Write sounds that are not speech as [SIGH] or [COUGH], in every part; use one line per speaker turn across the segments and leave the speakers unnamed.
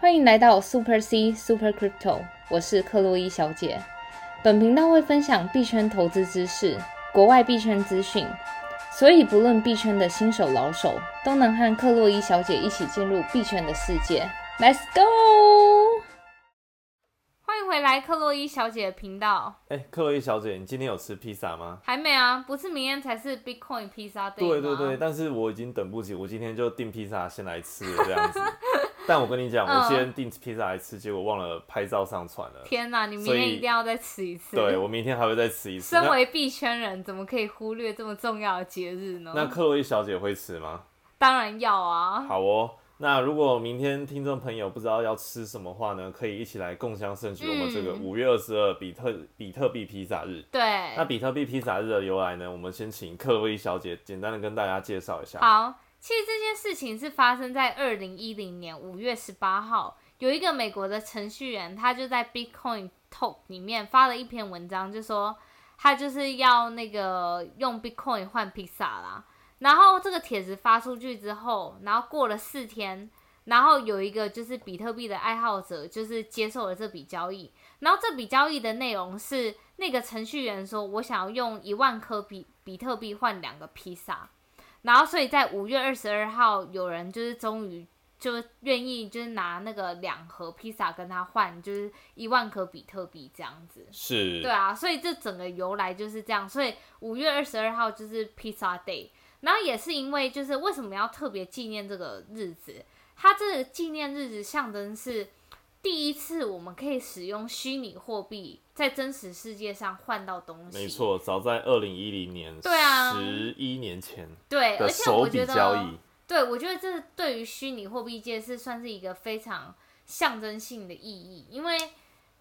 欢迎来到 Super C Super Crypto，我是克洛伊小姐。本频道会分享币圈投资知识、国外币圈资讯，所以不论币圈的新手老手，都能和克洛伊小姐一起进入币圈的世界。Let's go！欢迎回来，克洛伊小姐的频道。
哎、克洛伊小姐，你今天有吃披萨吗？
还没啊，不是明天才是 Bitcoin Pizza Day
对对
吗
对，，但是我已经等不及，我今天就订披萨先来吃了这
[LAUGHS]
样子。但我跟你讲，我先订披萨来吃，结果忘了拍照上传了。
嗯天哪，你明
所
天
以
一定要再吃一次。
对，我明天还会再吃一次。
身
那
为币圈人，怎么可以忽略这么重要的节日呢？
那克洛伊小姐会吃吗？
当然要啊！
好哦。那如果明天听众朋友不知道要吃什么话呢，可以一起来共襄盛举我们这个
嗯
五月二十二比特比特币披萨日。
对
那，比特币披萨日的由来呢，我们先请克洛伊小姐简单的跟大家介绍一下。
好，其实这件事情是发生在二零一零年五月十八号，有一个美国的程序员，他就在 Bitcoin Talk 里面发了一篇文章，就说他就是要那个用 Bitcoin 换披萨啦。然后这个帖子发出去之后，然后过了四天，然后有一个就是比特币的爱好者，就是接受了这笔交易。然后这笔交易的内容是那个程序员说：“我想要用一万颗比比特币换两个披萨。”然后所以在五月二十二号，有人就是终于就愿意就是拿那个两盒披萨跟他换，就是一万颗比特币这样子。
是，
对啊，所以这整个由来就是这样。所以五月二十二号就是 Pizza Day，然后也是因为就是为什么要特别纪念这个日子？它这个纪念日子象征是第一次我们可以使用虚拟货币在真实世界上换到东西。
没，错，早在二零一零年，
对啊
十一年前
对，
的
而且
首
我
笔
觉
交
得，
易，
对我觉得这对于虚拟货币界是算是一个非常象征性的意义，因为。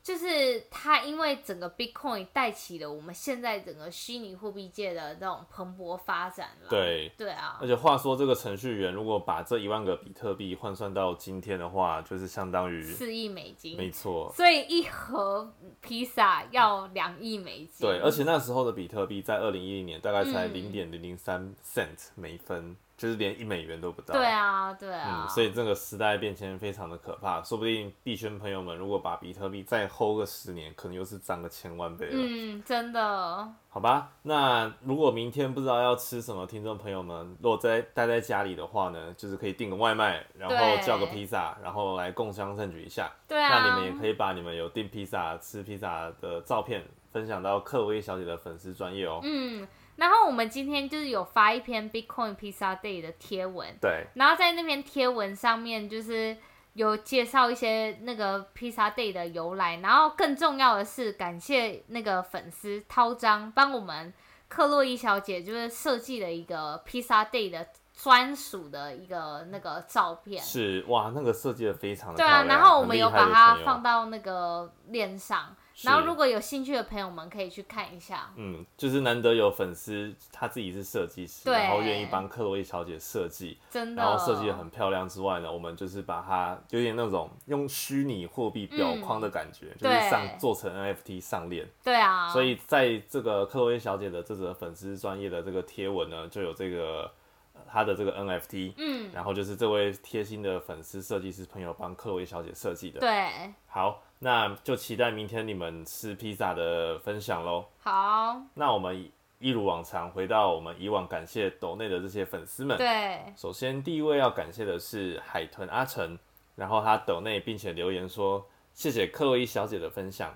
就是它，因为整个 Bitcoin 带起了我们现在整个虚拟货币界的那种蓬勃发展了。
对。
对啊
而，且话说，这个程序员如果把这一万个比特币换算到今天的话，就是相当于，
四亿美
没
金，
错，
所以一盒披萨要两亿美金。
对。而且那时候的比特币在二零一零年大概才
嗯
零点零零三 cent 每分，就是连一美元都不到。
对啊，对啊，
嗯，所以这个时代变迁非常的可怕，说不定币圈朋友们如果把比特币再 hold 个十年，可能又是涨个千万倍了。
嗯，真的，
好吧，那如果明天不知道要吃什么，听众朋友们，如果在待在家里的话呢，就是可以订个外卖，然后
对
叫个披萨，然后来共襄盛举一下。
对啊。
那你们也可以把你们有订披萨、吃披萨的照片分享到克薇小姐的粉丝专业哦。
嗯，然后我们今天就是有发一篇 Bitcoin Pizza Day 的贴文，
对，
然后在那篇贴文上面就是有介绍一些那个披萨 day 的由来，然后更重要的是感谢那个粉丝涛章帮我们克洛伊小姐就是设计了一个披萨 day 的专属的一个那个照片。
是哇，那个设计的非常的
对啊，
漂亮
然后我们
很厉
有
害
把
的
它
朋友
放到那个链上，
是
然后如果有兴趣的朋友们可以去看一下。
嗯，就是难得有粉丝他自己是设计师，
对
然后愿意帮克薇小姐设计，
真的，
然后设计的很漂亮之外呢，我们就是把它有点那种用虚拟货币表框的感觉，
嗯
就
对
是上做成 NFT 上链。
对啊，
所以在这个克洛伊小姐的这则粉丝专业的这个贴文呢，就有这个呃她的这个 NFT。
嗯，
然后就是这位贴心的粉丝设计师朋友帮克洛伊小姐设计的。
对，
好，那就期待明天你们吃披萨的分享喽。
好，
那我们一如往常，回到我们以往感谢抖内的这些粉丝们。
对，
首先第一位要感谢的是海豚阿成，然后他抖内并且留言说：“谢谢克洛伊小姐的分享，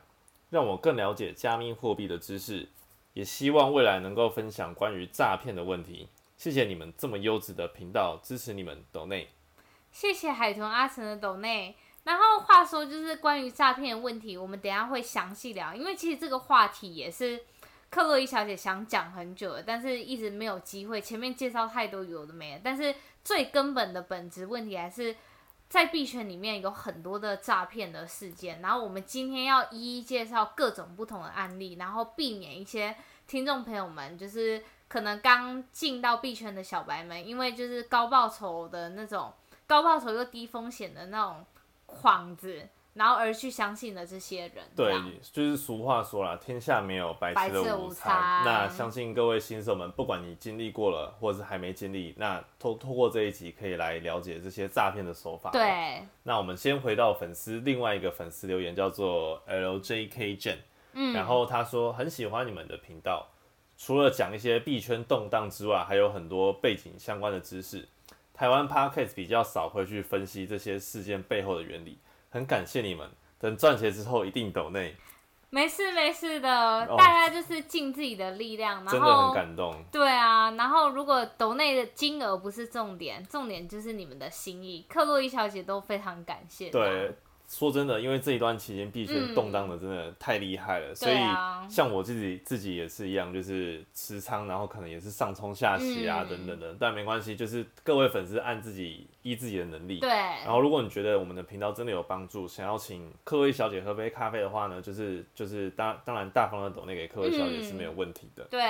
让我更了解加密货币的知识，也希望未来能够分享关于诈骗的问题。谢谢你们这么优质的频道，支持你们抖内。
谢谢海豚阿成的抖内。然后话说，就是关于诈骗的问题，我们等一下会详细聊，因为其实这个话题也是克洛伊小姐想讲很久了，但是一直没有机会。前面介绍太多有的没的，但是最根本的本质问题还是在币圈里面有很多的诈骗的事件。然后我们今天要一一介绍各种不同的案例，然后避免一些听众朋友们就是可能刚进到币圈的小白们，因为就是高报酬的那种。高报酬又低风险的那种幌子，然后而去相信了这些人。这
对
样，
就是俗话说啦，天下没有白
白
吃
吃的
的
午
午餐。
餐
那相信各位新手们，不管你经历过了，或者是还没经历，那透透过这一集可以来了解这些诈骗的手法。，
对，
那我们先回到粉丝另外一个粉丝留言，叫做 LJK Jen，
嗯，
然后他说很喜欢你们的频道，除了讲一些币圈动荡之外，还有很多背景相关的知识。台湾 podcast 比较少会去分析这些事件背后的原理，很感谢你们。等赚钱之后一定抖内，
没事没事的，
哦
大家就是尽自己的力量，
真
然
的很
后。
感动。
对啊，然后如果抖内的金额不是重点，重点就是你们的心意。克洛伊小姐都非常感谢的啊。
对，说真的，因为这一段期间币圈
嗯
动荡的真的太厉害了，所以
对啊
像我自己自己也是一样，就是持仓，然后可能也是上冲下洗啊、
嗯
等等的，但没关系，就是各位粉丝按自己依自己的能力。
对，
然后，如果你觉得我们的频道真的有帮助，想要请克洛伊小姐喝杯咖啡的话呢，就是就是当当然大方的抖内给克洛伊小姐是没有问题的。
对，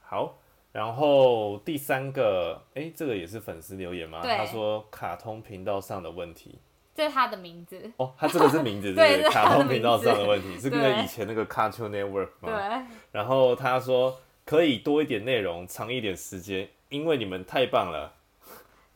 好，然后第三个，哎，这个也是粉丝留言吗？
对
他说卡通频道上的问题，
这是她的名字。
哦，他这个是
[LAUGHS]
名字，
对
是不是
这是他的
卡通频道上的问题，是
字
那个
对
以前那个 Cartoon Network
对
吗？，然后他说可以多一点内容，长一点时间，因为你们太棒了。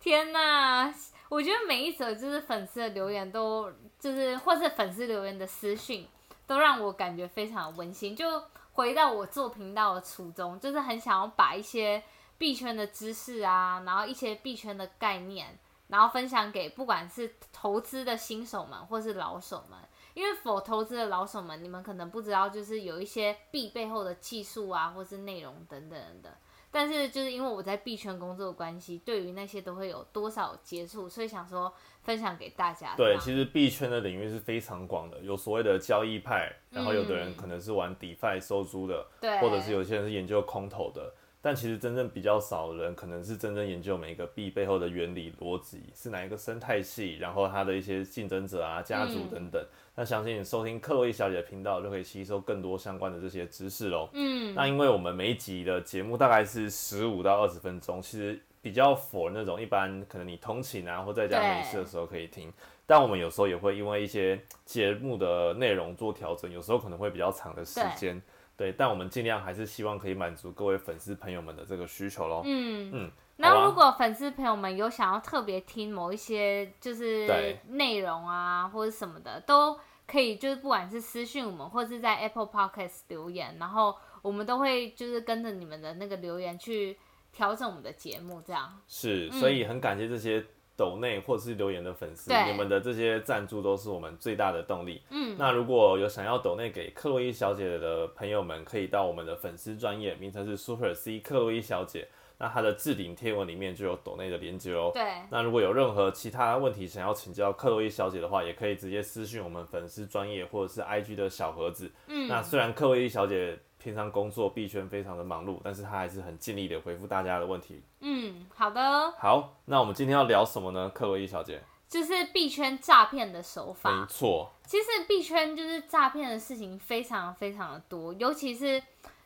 天呐，我觉得每一则就是粉丝的留言都，就是或是粉丝留言的私讯，都让我感觉非常温馨。就回到我做频道的初衷，就是很想要把一些币圈的知识啊，然后一些币圈的概念，然后分享给不管是投资的新手们或是老手们。因为否投资的老手们，你们可能不知道，就是有一些币背后的技术啊，或是内容等等的。但是就是因为我在币圈工作的关系，对于那些都会有多少接触，所以想说分享给大家。这
对，
样
其实币圈的领域是非常广的，有所谓的交易派，然后有的人
嗯
可能是玩 DeFi 收租的，
对，
或者是有些人是研究空投的。但其实真正比较少的人，可能是真正研究每个币背后的原理、逻辑是哪一个生态系，然后它的一些竞争者啊、家族
嗯
等等。那相信收听克洛伊小姐的频道，就可以吸收更多相关的这些知识喽。
嗯，
那因为我们每一集的节目大概是十五到二十分钟，其实比较 for 那种一般可能你通勤啊或在家没事的时候可以听。但我们有时候也会因为一些节目的内容做调整，有时候可能会比较长的时间。对，但我们尽量还是希望可以满足各位粉丝朋友们的这个需求喽。
嗯
嗯
嗯。然
好啊
后，如果粉丝朋友们有想要特别听某一些就是
对
内容啊，或者什么的，都可以，就是不管是私讯我们，或是在 Apple Podcast 留言，然后我们都会就是跟着你们的那个留言去调整我们的节目，这样。
是，
嗯
所以很感谢这些抖内或是留言的粉丝，
对
你们的这些赞助都是我们最大的动力。
嗯，
那如果有想要抖内给克洛伊小姐的朋友们，可以到我们的粉丝专业，名称是 Super C 克洛伊小姐，那她的置顶贴文里面就有抖内的连接哦。
对，
那如果有任何其他问题想要请教克洛伊小姐的话，也可以直接私讯我们粉丝专业或者是 IG 的小盒子。
嗯，
那虽然克洛伊小姐平常工作币圈非常的忙碌，但是她还是很尽力的回复大家的问题。
嗯，好的，
好，那我们今天要聊什么呢？克洛伊小姐，
就是币圈诈骗的手法。
没错，
其实币圈就是诈骗的事情非常非常的多，尤其是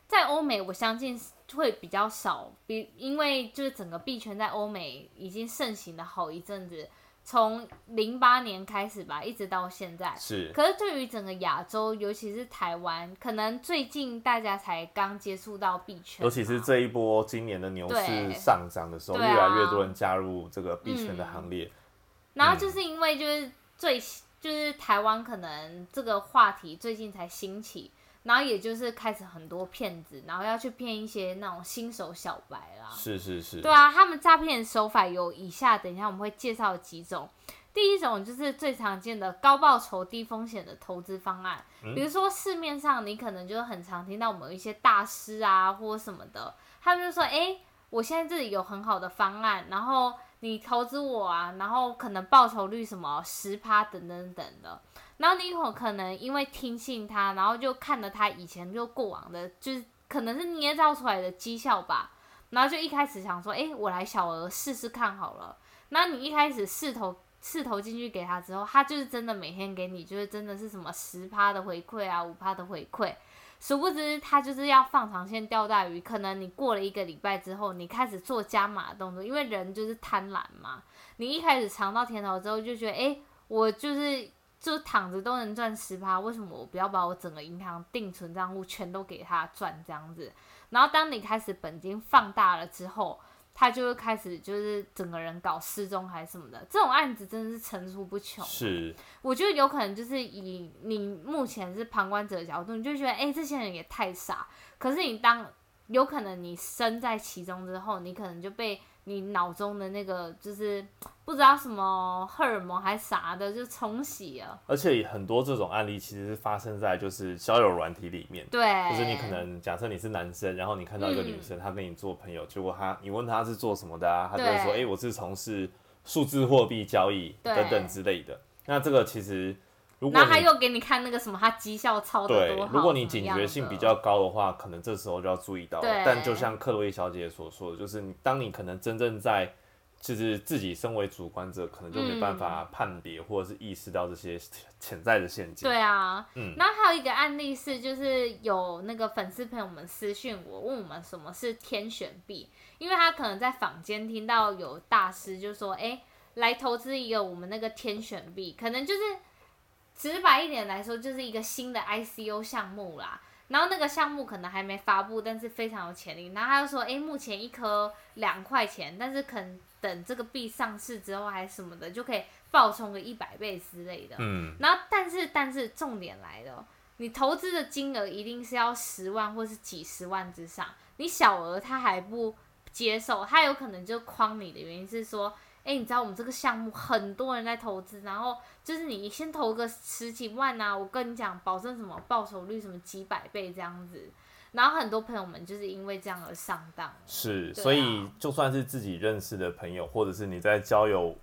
在欧美，我相信会比较少，比因为就是整个币圈在欧美已经盛行了好一阵子，从零八年开始吧，一直到现在。
是
可是对于整个亚洲，尤其是台湾，可能最近大家才刚接触到币圈嘛，
尤其是这一波今年的牛市
对
上涨的时候，越
对啊嗯
来越多人加入这个币圈的行列。
然后就是因为就是最就是台湾可能这个话题最近才兴起，然后也就是开始很多骗子，然后要去骗一些那种新手小白啦。
是是是，
对啊，他们诈骗手法有以下，等一下我们会介绍几种。第一种就是最常见的高报酬低风险的投资方案，比如说市面上你可能就很常听到某一些大师啊或什么的，他们就说：“哎、我现在这里有很好的方案，然后你投资我啊，然后可能报酬率什么十趴等等等的。”然后你有可能因为听信他，然后就看了他以前就过往的，就是可能是捏造出来的绩效吧，然后就一开始想说，哎、我来小额试试看好了。那你一开始试投试投进去给他之后，他就是真的每天给你，就是真的是什么十趴的回馈啊，五趴的回馈。殊不知他就是要放长线钓大鱼，可能你过了一个礼拜之后，你开始做加码的动作，因为人就是贪婪嘛。你一开始尝到甜头之后就觉得，哎、我就是就躺着都能赚十趴，为什么我不要把我整个银行定存账户全都给他赚这样子？然后当你开始本金放大了之后，他就会开始就是整个人搞失踪还是什么的，这种案子真的是层出不穷。
是
我觉得有可能就是以你目前是旁观者的角度，你就觉得哎、诶这些人也太傻。可是你当有可能你身在其中之后，你可能就被你脑中的那个就是不知道什么荷尔蒙还啥的就冲洗了。
而且很多这种案例其实是发生在就是交友软体里面，
对，
就是你可能假设你是男生，然后你看到一个
嗯
女生，她跟你做朋友，结果她你问她是做什么的啊，她就会说，哎、
对
我是从事数字货币交易
对
等等之类的。那这个其实如果
然后他
你
又给你看那个什么，他绩效超的
对
多好，
如果你
怎么
警
样
觉性
的
比较高的话，可能这时候就要注意到了
对。
但就像克洛伊小姐所说的，就是你当你可能真正在就是自己身为主观者，可能就没办
嗯
法判别或者是意识到这些潜在的陷阱。
对啊，
嗯
然后还有一个案例是，就是有那个粉丝朋友们私讯我，问我们什么是天选币，因为他可能在坊间听到有大师就说，哎、来投资一个我们那个天选币，可能就是直白一点来说，就是一个新的 ICO 项目啦。然后那个项目可能还没发布，但是非常有潜力。然后他就说，哎，目前一颗两块钱，但是可能等这个币上市之后还是什么的，就可以爆冲个一百倍之类的。
嗯，
然后，但是但是重点来了，你投资的金额一定是要十万或是几十万之上，你小额他还不接受，他有可能就诓你的原因是说，哎，你知道我们这个项目很多人在投资，然后就是你先投个十几万啊，我跟你讲，保证什么报酬率什么几百倍这样子，然后很多朋友们就是因为这样而上当。
是，
对啊
所以就算是自己认识的朋友，或者是你在交友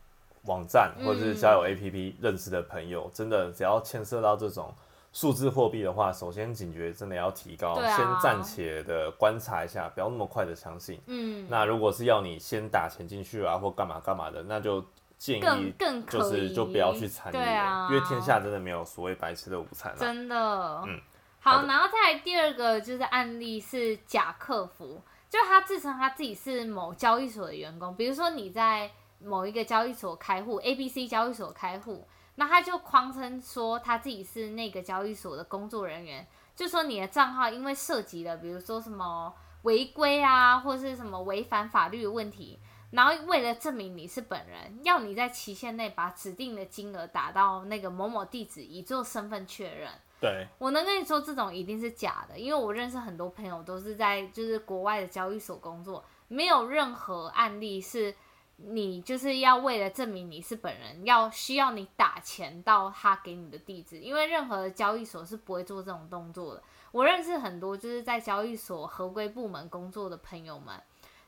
网站
嗯
或者是交友 APP 认识的朋友，真的只要牵涉到这种数字货币的话，首先警觉真的要提高，
对啊
先暂且的观察一下，不要那么快的相信。
嗯，
那如果是要你先打钱进去啊，或干嘛干嘛的，那就建
更
议
更可
就是
疑
就不要去参与
对
了，
啊，
因为天下真的没有所谓白吃的午餐啊啦。
真的，
嗯好
好，
的
然后再来第二个就是案例是假客服，就他自称他自己是某交易所的员工，比如说你在某一个交易所开户，A、B、C 交易所开户，那他就狂称说他自己是那个交易所的工作人员，就说你的账号因为涉及了，比如说什么违规啊，或是什么违反法律的问题。然后为了证明你是本人，要你在期限内把指定的金额打到那个某某地址，以做身份确认。
对，
我能跟你说，这种一定是假的，因为我认识很多朋友都是在就是国外的交易所工作，没有任何案例是你就是要为了证明你是本人，要需要你打钱到他给你的地址，因为任何的交易所是不会做这种动作的。我认识很多就是在交易所合规部门工作的朋友们，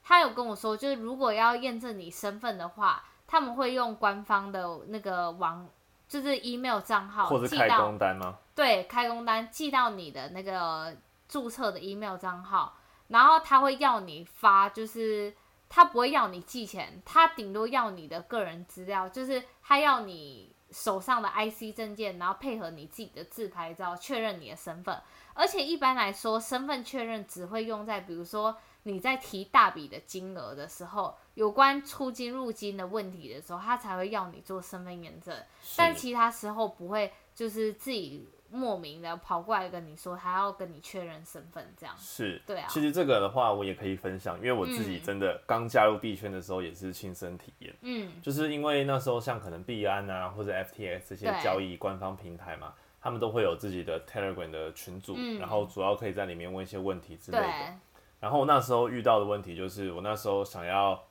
他有跟我说，就是如果要验证你身份的话，他们会用官方的那个网，就是 email 账号
或是
寄
开
到
工单吗？
对，开工单寄到你的那个注册的 email 账号，然后他会要你发，就是他不会要你寄钱，他顶多要你的个人资料，就是他要你手上的 IC 证件，然后配合你自己的自拍照确认你的身份。而且一般来说，身份确认只会用在比如说你在提大笔的金额的时候，有关出金入金的问题的时候，他才会要你做身份验证。但
是
其他时候不会，就是自己莫名的跑过来跟你说，还要跟你确认身份这样。
是，
对啊
其实这个的话，我也可以分享，因为我自己
嗯
真的刚加入币圈的时候也是亲身体验，
嗯，
就是因为那时候像可能币安啊或者 FTX 这些
对
交易官方平台嘛，他们都会有自己的 Telegram 的群组，
嗯
然后主要可以在里面问一些问题之类
对
的。然后我那时候遇到的问题就是，我那时候想要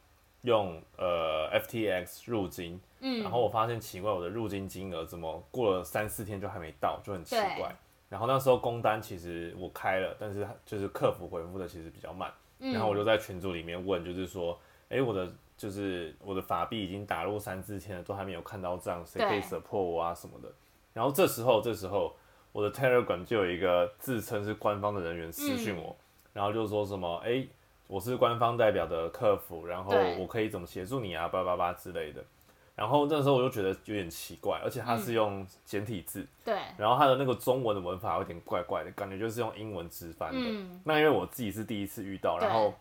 用呃 FTX 入金，
嗯
然后我发现奇怪，我的入金金额怎么过了三四天就还没到，就很奇怪
对。
然后那时候工单其实我开了，但是它就是客服回复的其实比较慢。
嗯
然后我就在群组里面问，就是说，哎、我的就是我的法币已经打入三四千了，都还没有看到账，谁可
对
以 support 我啊什么的。然后这时候，这时候我的 Telegram 就有一个自称是官方的人员私
嗯
讯我，然后就说什么，哎、我是官方代表的客服，然后
对
我可以怎么协助你啊，叭叭叭之类的。然后那时候我就觉得有点奇怪，而且他
嗯
是用简体字，
对，
然后他的那个中文的文法有点怪怪的，感觉就是用英文直翻的。
嗯
那因为我自己是第一次遇到，然后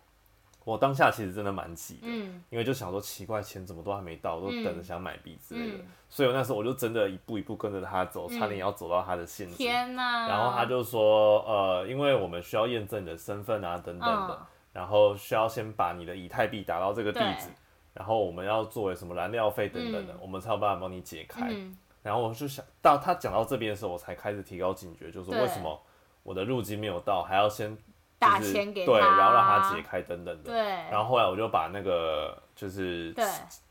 我当下其实真的蛮急的，
嗯
因为就想说奇怪，钱怎么都还没到，我都
嗯
等着想买币之类的，
嗯，
所以我那时候我就真的一步一步跟着他走，差点要走到他的陷阱。
天啊哪！
然后他就说，呃，因为我们需要验证你的身份啊，等等的，
嗯
然后需要先把你的以太币打到这个地
对
址，然后我们要作为什么燃料费等等的，
嗯
我们才有办法帮你解开。
嗯
然后我就想到他讲到这边的时候，我才开始提高警觉，就是
对
为什么我的入金没有到，还要先、就是、
打钱给
对，
他
然后让他解开等等的。
对，
然后后来我就把那个就是
对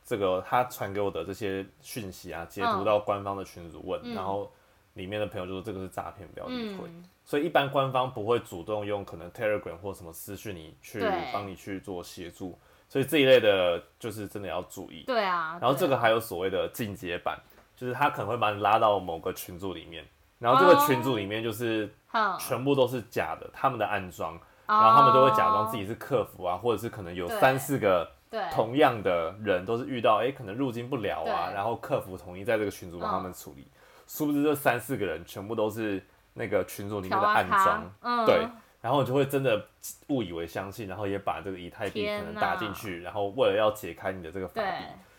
这个他传给我的这些讯息啊，截
嗯
图到官方的群组问，
嗯
然后里面的朋友就说这个是诈骗，不要理会。
嗯
所以一般官方不会主动用可能 Telegram 或什么私讯你去
对
帮你去做协助，所以这一类的就是真的要注意。
对啊。
然后这
对
个还有所谓的进阶版，就是他可能会把你拉到某个群组里面，然后这个
哦
群组里面就是
哼，
全部都是假的，他们的暗装，
然
然后他们都会假装自己是客服啊，或者是可能有
哦对
三四个
对
同样的人都是遇到，哎、可能入境不了啊，
对
然后客服统一在这个群组
嗯
帮他们处理，殊不知这三四个人全部都是那个群组里面
调
的
啊
暗
他
装，，
嗯，
对，然后你就会真的误以为相信，然后也把这个以太币可
天
能
哪
打进去，然后为了要解开你的这个法币，
对，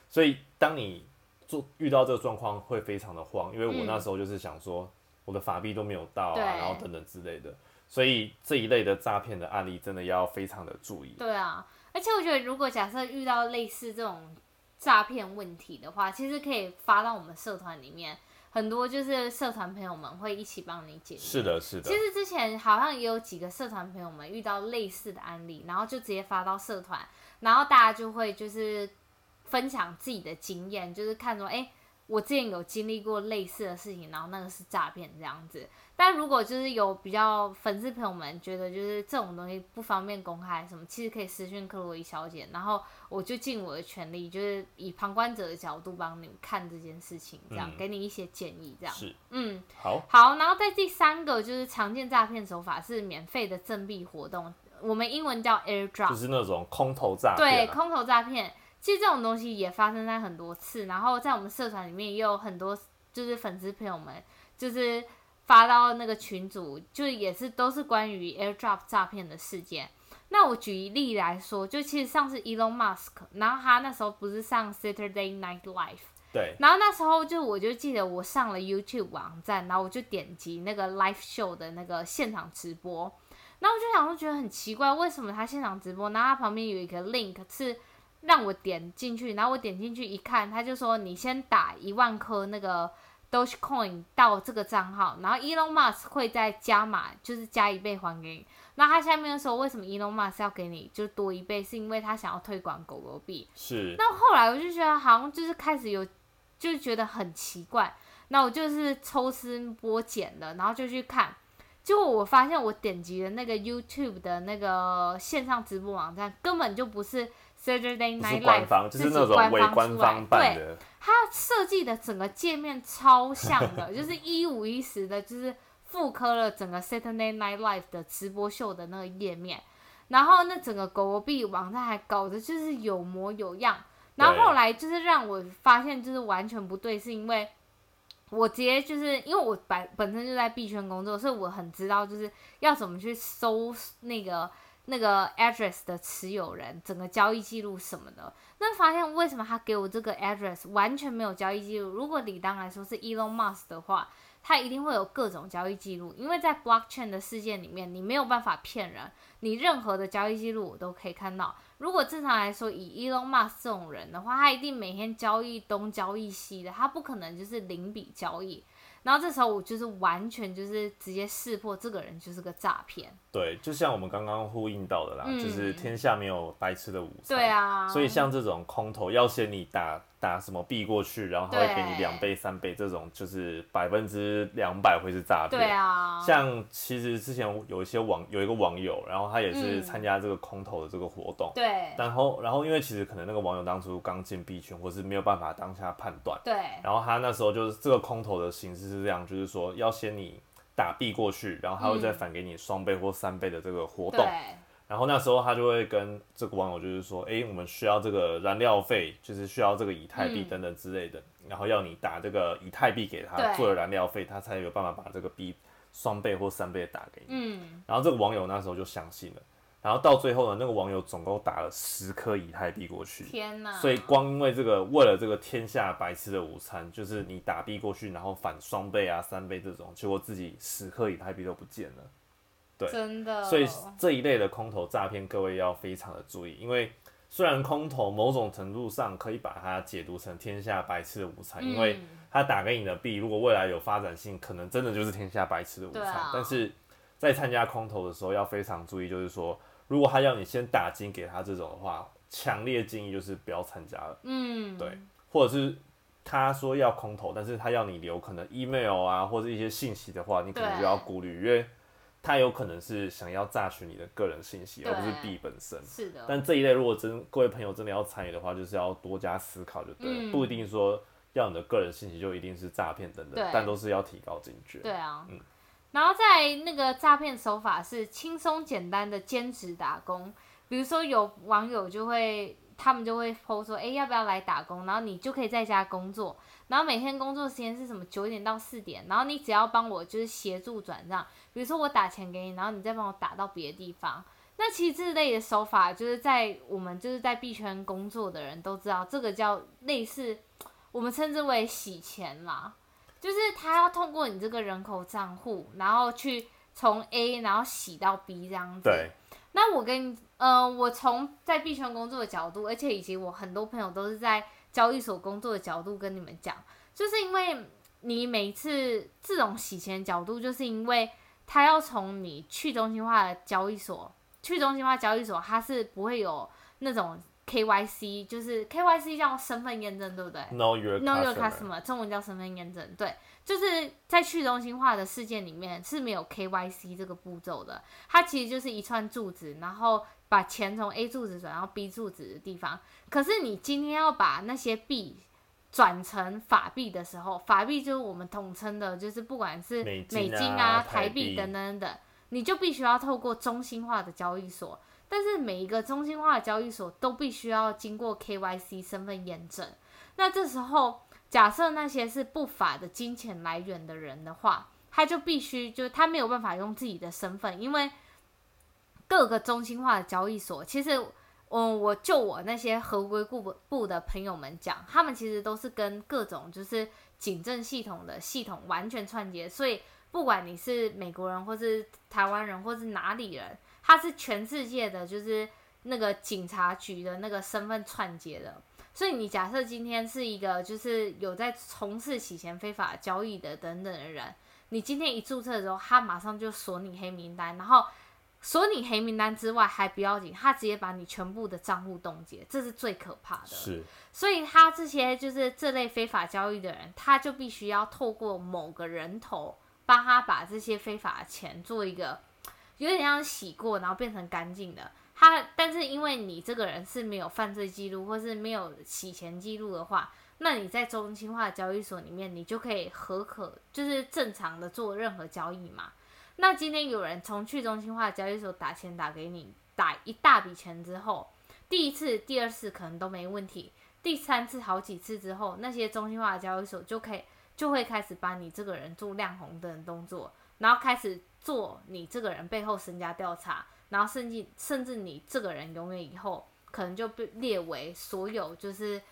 所以当你做遇到这个状况会非常的慌，因为我
嗯
那时候就是想说我的法币都没有到啊，
对
然后等等之类的，所以这一类的诈骗的案例真的要非常的注意。
对啊，而且我觉得，如果假设遇到类似这种诈骗问题的话，其实可以发到我们社团里面，很多就是社团朋友们会一起帮你解决。
是的，是的
其，实之前好像也有几个社团朋友们遇到类似的案例，然后就直接发到社团，然后大家就会就是分享自己的经验，就是看说，哎、我之前有经历过类似的事情，然后那个是诈骗这样子。但如果就是有比较粉丝朋友们觉得就是这种东西不方便公开什么，其实可以私讯克洛伊小姐，然后我就尽我的全力，就是以旁观者的角度帮你看这件事情，这样、
嗯
给你一些建议，这样，
是
嗯。
好，
好，然后在第三个就是常见诈骗手法是免费的赠币活动，我们英文叫 airdrop，、
就是那种空头诈
对，
骗、啊，
空头诈骗。其实这种东西也发生在很多次，然后在我们社团里面也有很多就是粉丝朋友们就是发到那个群组，就也是都是关于 airdrop 诈骗的事件。那我举例来说，就其实上次 Elon Musk，然后他那时候不是上 Saturday Night Live。
对
然后那时候就我就记得我上了 YouTube 网站，然后我就点击那个 live show 的那个现场直播，然后我就想说觉得很奇怪，为什么他现场直播，然后他旁边有一个 link 是让我点进去，然后我点进去一看，他就说你先打一万颗那个 Dogecoin 到这个账号，然后 Elon Musk 会再加码，就是加一倍还给你。那他下面说为什么 Elon Musk 要给你就多一倍，是因为他想要推广狗狗币。
是，
那后来我就觉得好像就是开始有，就觉得很奇怪。那我就是抽丝剥茧的，然后就去看，结果我发现我点击的那个 YouTube 的那个线上直播网站根本就不是 Saturday
不是
Night
官
Live，
方，
自
就是
己
那种
官
伪
方
官
出来
方办
对，
的，
它设计的整个界面超像的， [LAUGHS] 就是一五一十的，就是复刻了整个 Saturday Night Live 的直播秀的那个页面。然后那整个狗狗币网站还搞得就是有模有样。然后
对
后来就是让我发现就是完全不对，是因为我直接就是因为我本本身就在币圈工作，所以我很知道就是要怎么去搜那个那个 address 的持有人，整个交易记录什么的。那发现为什么他给我这个 address 完全没有交易记录？如果理当来说是 Elon Musk 的话，他一定会有各种交易记录，因为在 blockchain 的世界里面，你没有办法骗人，你任何的交易记录我都可以看到。如果正常来说，以 Elon Musk 这种人的话，他一定每天交易东交易西的，他不可能就是零笔交易。然后这时候我就是完全就是直接识破这个人就是个诈骗。
对，就像我们刚刚呼应到的啦，
嗯
就是天下没有白吃的午餐，
对啊，
所以像这种空头，要先你打打什么币过去，然后他会给你
对
两倍、三倍，这种就是百分之两百会是诈骗。
对啊，
像其实之前有一些网有一个网友，然后他也是
嗯
参加这个空头的这个活动，
对
然后然后因为其实可能那个网友当初刚进币圈，或是没有办法当下判断，
对
然后他那时候就是这个空头的形式是这样，就是说要先你打币过去，然后他会再
嗯
返给你双倍或三倍的这个活动，
对
然后那时候他就会跟这个网友就是说，诶，我们需要这个燃料费，就是需要这个以太币
嗯
等等之类的，然后要你打这个以太币给他
对
做了燃料费，他才有办法把这个币双倍或三倍地打给你。
嗯
然后这个网友那时候就相信了，然后到最后呢，那个网友总共打了十颗以太币过去，
天啊哪！
所以光因为这个，为了这个天下白痴的午餐，就是你打币过去，然后反双倍啊、三倍这种，结果自己十颗以太币都不见了。对
真的，
所以这一类的空头诈骗，各位要非常的注意，因为虽然空头某种程度上可以把它解读成天下白痴的午餐，啊因为
嗯
他打给你的币，如果未来有发展性，可能真的就是天下白痴的午餐。
对啊
但是在参加空头的时候，要非常注意，就是说，如果他要你先打金给他这种的话，强烈建议就是不要参加了。
嗯，
对，或者是他说要空投，但是他要你留可能 email 啊或者一些信息的话，你可能
对
就要顾虑，因为他有可能是想要榨取你的个人信息，
对
而不是币本身。
是的，
但这一类如果真各位朋友真的要参与的话，就是要多加思考就对了，
嗯
不一定说要你的个人信息就一定是诈骗等
对
等，但都是要提高警觉。
对啊，
嗯
然后在那个诈骗手法是轻松简单的兼职打工，比如说有网友就会。他们就会 PO 说，哎、要不要来打工？然后你就可以在家工作，然后每天工作时间是什么九点到四点，然后你只要帮我就是协助转账，比如说我打钱给你，然后你再帮我打到别的地方。那其实这类的手法，就是在我们就是在币圈工作的人都知道，这个叫类似我们称之为洗钱啦。就是他要通过你这个人口账户，然后去从 A 然后洗到 B 这样子。
对
那我跟你，呃，我从在币圈工作的角度，而且以及我很多朋友都是在交易所工作的角度跟你们讲，就是因为你每一次这种洗钱角度，就是因为它要从你去中心化的交易所，去中心化交易所它是不会有那种 KYC，就是 KYC 叫身份验证，对不对？
，Know your
No Your
customer，
Customer，中文叫身份验证。对，就是在去中心化的事件里面是没有 KYC 这个步骤的，它其实就是一串柱子，然后把钱从 A 柱子转到 B 柱子的地方。可是你今天要把那些币转成法币的时候，法币就是我们统称的，就是不管是
美
美
金啊
金
台
台
币
币等等等等，你就必须要透过中心化的交易所。但是每一个中心化的交易所都必须要经过 KYC 身份验证。那这时候，假设那些是不法的金钱来源的人的话，他就必须就他没有办法用自己的身份，因为各个中心化的交易所，其实，嗯，我就我那些合规部部的朋友们讲，他们其实都是跟各种就是警政系统的系统完全串接，所以不管你是美国人，或是台湾人，或是哪里人，他是全世界的，就是那个警察局的那个身份串接的。所以你假设今天是一个就是有在从事洗钱非法交易的等等的人，你今天一注册的时候，他马上就锁你黑名单，然后锁你黑名单之外还不要紧，他直接把你全部的账户冻结，这是最可怕的。
是
所以他这些就是这类非法交易的人，他就必须要透过某个人头帮他把这些非法的钱做一个有点像洗过，然后变成干净的。他但是因为你这个人是没有犯罪记录或是没有洗钱记录的话，那你在中心化的交易所里面，你就可以合可就是正常的做任何交易嘛。那今天有人从去中心化的交易所打钱打给你，打一大笔钱之后，第一次、第二次可能都没问题，第三次好几次之后，那些中心化的交易所就可以就会开始把你这个人做亮红灯的动作，然后开始做你这个人背后身家调查，然后甚至甚至你这个人永远以后可能就被列为所有就是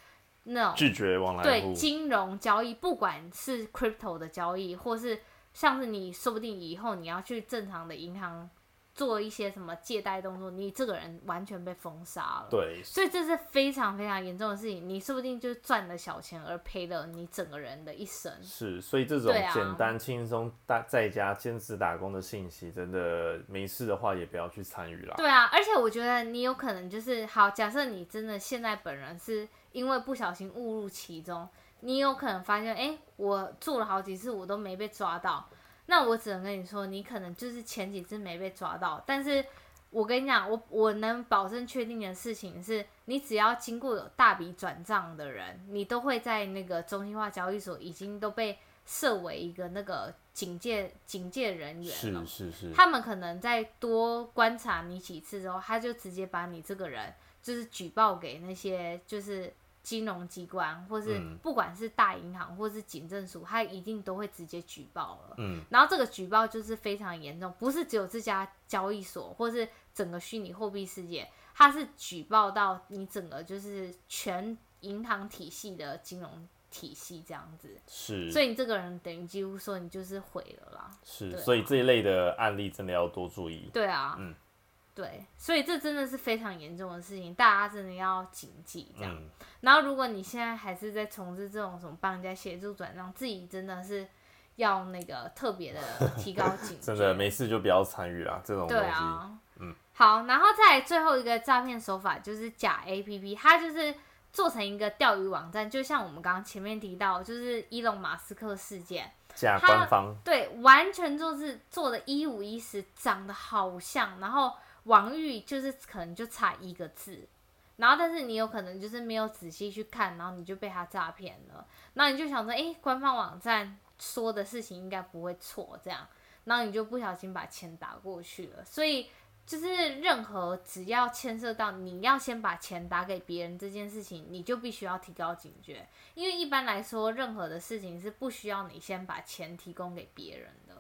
那种
拒绝往来
对
户，
金融交易，不管是 crypto 的交易，或是像是你说不定以后你要去正常的银行做一些什么借贷动作，你这个人完全被封杀了。
对，
所以这是非常非常严重的事情，你说不定就赚了小钱而赔了你整个人的一生。
是，所以这种
对啊
简单轻松大在家兼职打工的信息，真的没事的话也不要去参与啦。
对啊，而且我觉得你有可能就是好，假设你真的现在本人是因为不小心误入其中，你有可能发现，哎、我做了好几次我都没被抓到，那我只能跟你说，你可能就是前几次没被抓到，但是我跟你讲，我我能保证确定的事情是，你只要经过有大笔转账的人，你都会在那个中心化交易所已经都被设为一个那个警戒警戒人员了
是。是是，
他们可能再多观察你几次之后，他就直接把你这个人就是举报给那些就是金融机关，或是
嗯
不管是大银行或是警政署，他一定都会直接举报了。
嗯，
然后这个举报就是非常严重，不是只有这家交易所或是整个虚拟货币世界，它是举报到你整个就是全银行体系的金融体系这样子。
是
所以你这个人等于几乎说你就是毁了啦。
是，
对啊
所以这一类的案例真的要多注意。
对啊，
嗯
对，所以这真的是非常严重的事情，大家真的要谨记这样。
嗯，
然后，如果你现在还是在从事这种什么帮人家协助转让，自己真的是要那个特别
[LAUGHS]
的提高警觉。
真的没事就不要参与啦，这种东
对
西。
啊，
嗯，
好，然后再来最后一个诈骗手法就是假 APP，它就是做成一个钓鱼网站，就像我们刚刚前面提到，就是伊隆马斯克事件，
假
他
官方
对，完全就是做的一五一十，长得好像，然后网域就是可能就差一个字，然后但是你有可能就是没有仔细去看，然后你就被他诈骗了，然后你就想说，诶，官方网站说的事情应该不会错，这样，然后你就不小心把钱打过去了，所以。就是任何只要牵涉到你要先把钱打给别人这件事情，你就必须要提高警觉。因为一般来说，任何的事情是不需要你先把钱提供给别人的。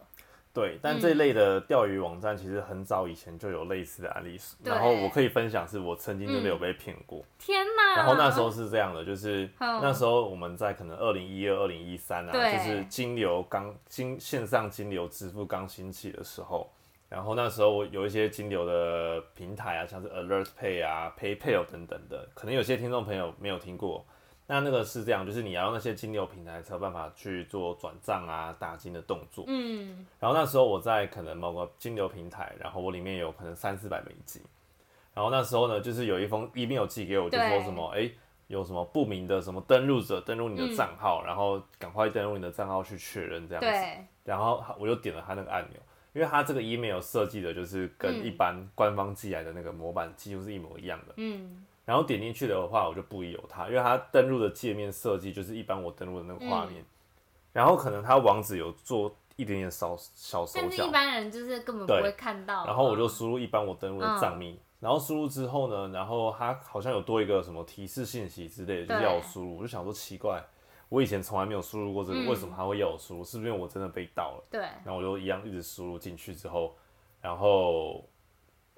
对，但这一
嗯
类的钓鱼网站其实很早以前就有类似的案例，
嗯对嗯
然后我可以分享是我曾经真的有被骗过，
天哪！
然后那时候是这样的，就是
嗯
那时候我们在可能二零一二、二零一三啊，
对
就是金流刚金线上金流支付刚兴起的时候，然后那时候我有一些金流的平台啊，像是 Alert Pay 啊、PayPal 等等的，可能有些听众朋友没有听过。那那个是这样，就是你要用那些金流平台才有办法去做转账啊、打金的动作。
嗯，
然后那时候我在可能某个金流平台，然后我里面有可能三四百美金，然后那时候呢，就是有一封 email 寄给我，就
对
说什么哎、诶有什么不明的什么登录者登录你
嗯
的账号，然后赶快登录你的账号去确认这样子。
对，
然后我就点了他那个按钮，因为他这个 email 设计的就是跟
嗯
一般官方寄来的那个模板几乎是一模一样的。
嗯，
然后点进去的话，我就不疑有他，因为他登录的界面设计就是一般我登录的那个画面，
嗯
然后可能他网址有做一点点小小手
但是
脚
一，般人就是根本不
对
会看到啊。
然后我就输入一般我登录
嗯
的账密，然后输入之后呢，然后他好像有多一个什么提示信息之类的，就是
对
要我输入，我就想说奇怪，我以前从来没有输入过这个，
嗯
为什么他会要我输入？是不是因为我真的被盗了？
对，
然后我就一样一直输入进去之后，然后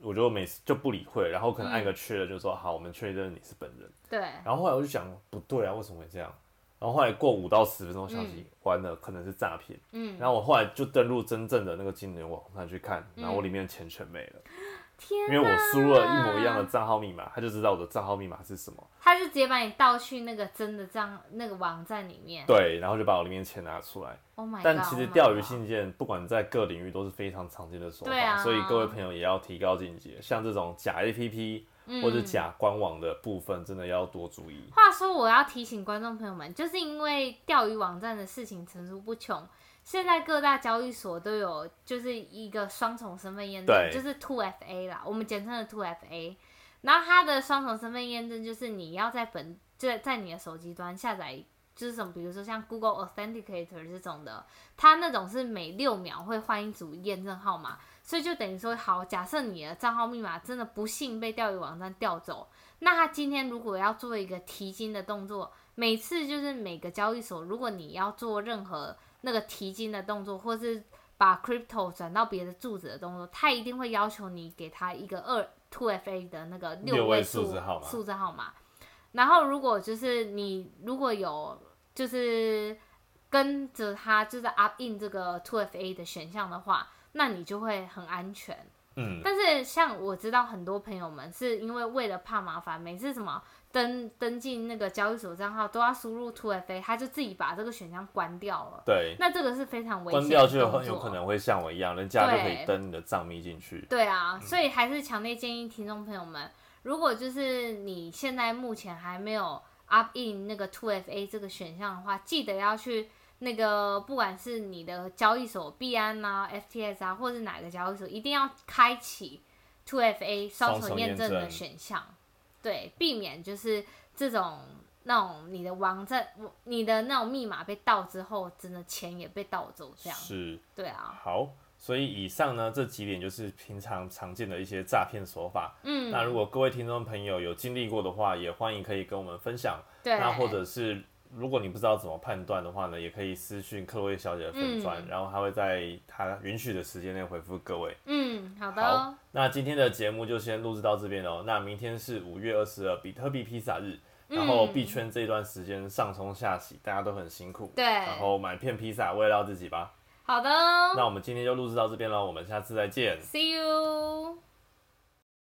我就每次就不理会，然后可能
嗯
按个确认，就说、好，我们确认你是本人。
对，
然后后来我就想，不对啊，为什么会这样？然后后来过五到十分钟，消
嗯
息完了，可能是诈骗。
嗯，
然后我后来就登录真正的那个金融网站去看，
嗯
然后我里面的钱全没了，
天
因
哪，
为我输入了一模一样的，账号密码，他就知道我的账号密码是什么。
他就直接把你盗去那个真的账那个网站里面。
对，然后就把我里面钱拿出来。
Oh my god！
但其
oh
实
my
钓鱼
god
信件不管在各领域都是非常常见的手法，
对啊
所以各位朋友也要提高警觉，像这种假 APP
嗯
或者假官网的部分，真的要多注意。
话说，我要提醒观众朋友们，就是因为钓鱼网站的事情层出不穷，现在各大交易所都有就是一个双重身份验证，
对
就是 Two FA 啦，我们简称的 Two FA。然后它的双重身份验证就是你要在本在在你的手机端下载，就是什么，比如说像 Google Authenticator 这种的，它那种是每六秒会换一组验证号码，所以就等于说，好，假设你的账号密码真的不幸被钓鱼网站调走，那他今天如果要做一个提金的动作，每次就是每个交易所，如果你要做任何那个提金的动作，或是把 crypto 转到别的柱子的动作，他一定会要求你给他一个二 two FA 的那个
六位
位
数字号码
数字号码。然后如果就是你如果有就是跟着他就是 up in 这个 two FA 的选项的话，那你就会很安全。
嗯，
但是像我知道很多朋友们是因为为了怕麻烦，每次什么登登进那个交易所账号都要输入 two FA，他就自己把这个选项关掉了。
对，
那这个是非常危险
关
的
掉就
动
很
作
有可。能会像我一样，人家就可
对
以登你的账密进去。
对啊，所以还是强烈建议听众朋友们，如果就是你现在目前还没有 up in 那个 two FA 这个选项的话，记得要去那个不管是你的交易所币安啊、FTS 啊，或是哪个交易所，一定要开启 two FA 双
双
重
重
验
验
证的
证
选项，对，避免就是这种。那种你的网站，你的那种密码被盗之后，真的钱也被盗走，这样
是，
对啊，
好，所以以上呢这几点就是平常常见的一些诈骗手法。
嗯，
那如果各位听众朋友有经历过的话，也欢迎可以跟我们分享。
对，
那或者是如果你不知道怎么判断的话呢，也可以私讯克洛伊小姐的粉砖，
嗯
然后她会在她允许的时间内回复各位。
嗯，好的
好
哦，，
那今天的节目就先录制到这边喽。那明天是五月二十二比特币披萨日，然后
嗯
币圈这段时间上冲下洗，大家都很辛苦。
对
然后买片披萨慰劳自己吧。
好的哦
那我们今天就录制到这边喽，我们下次再见。
，See you。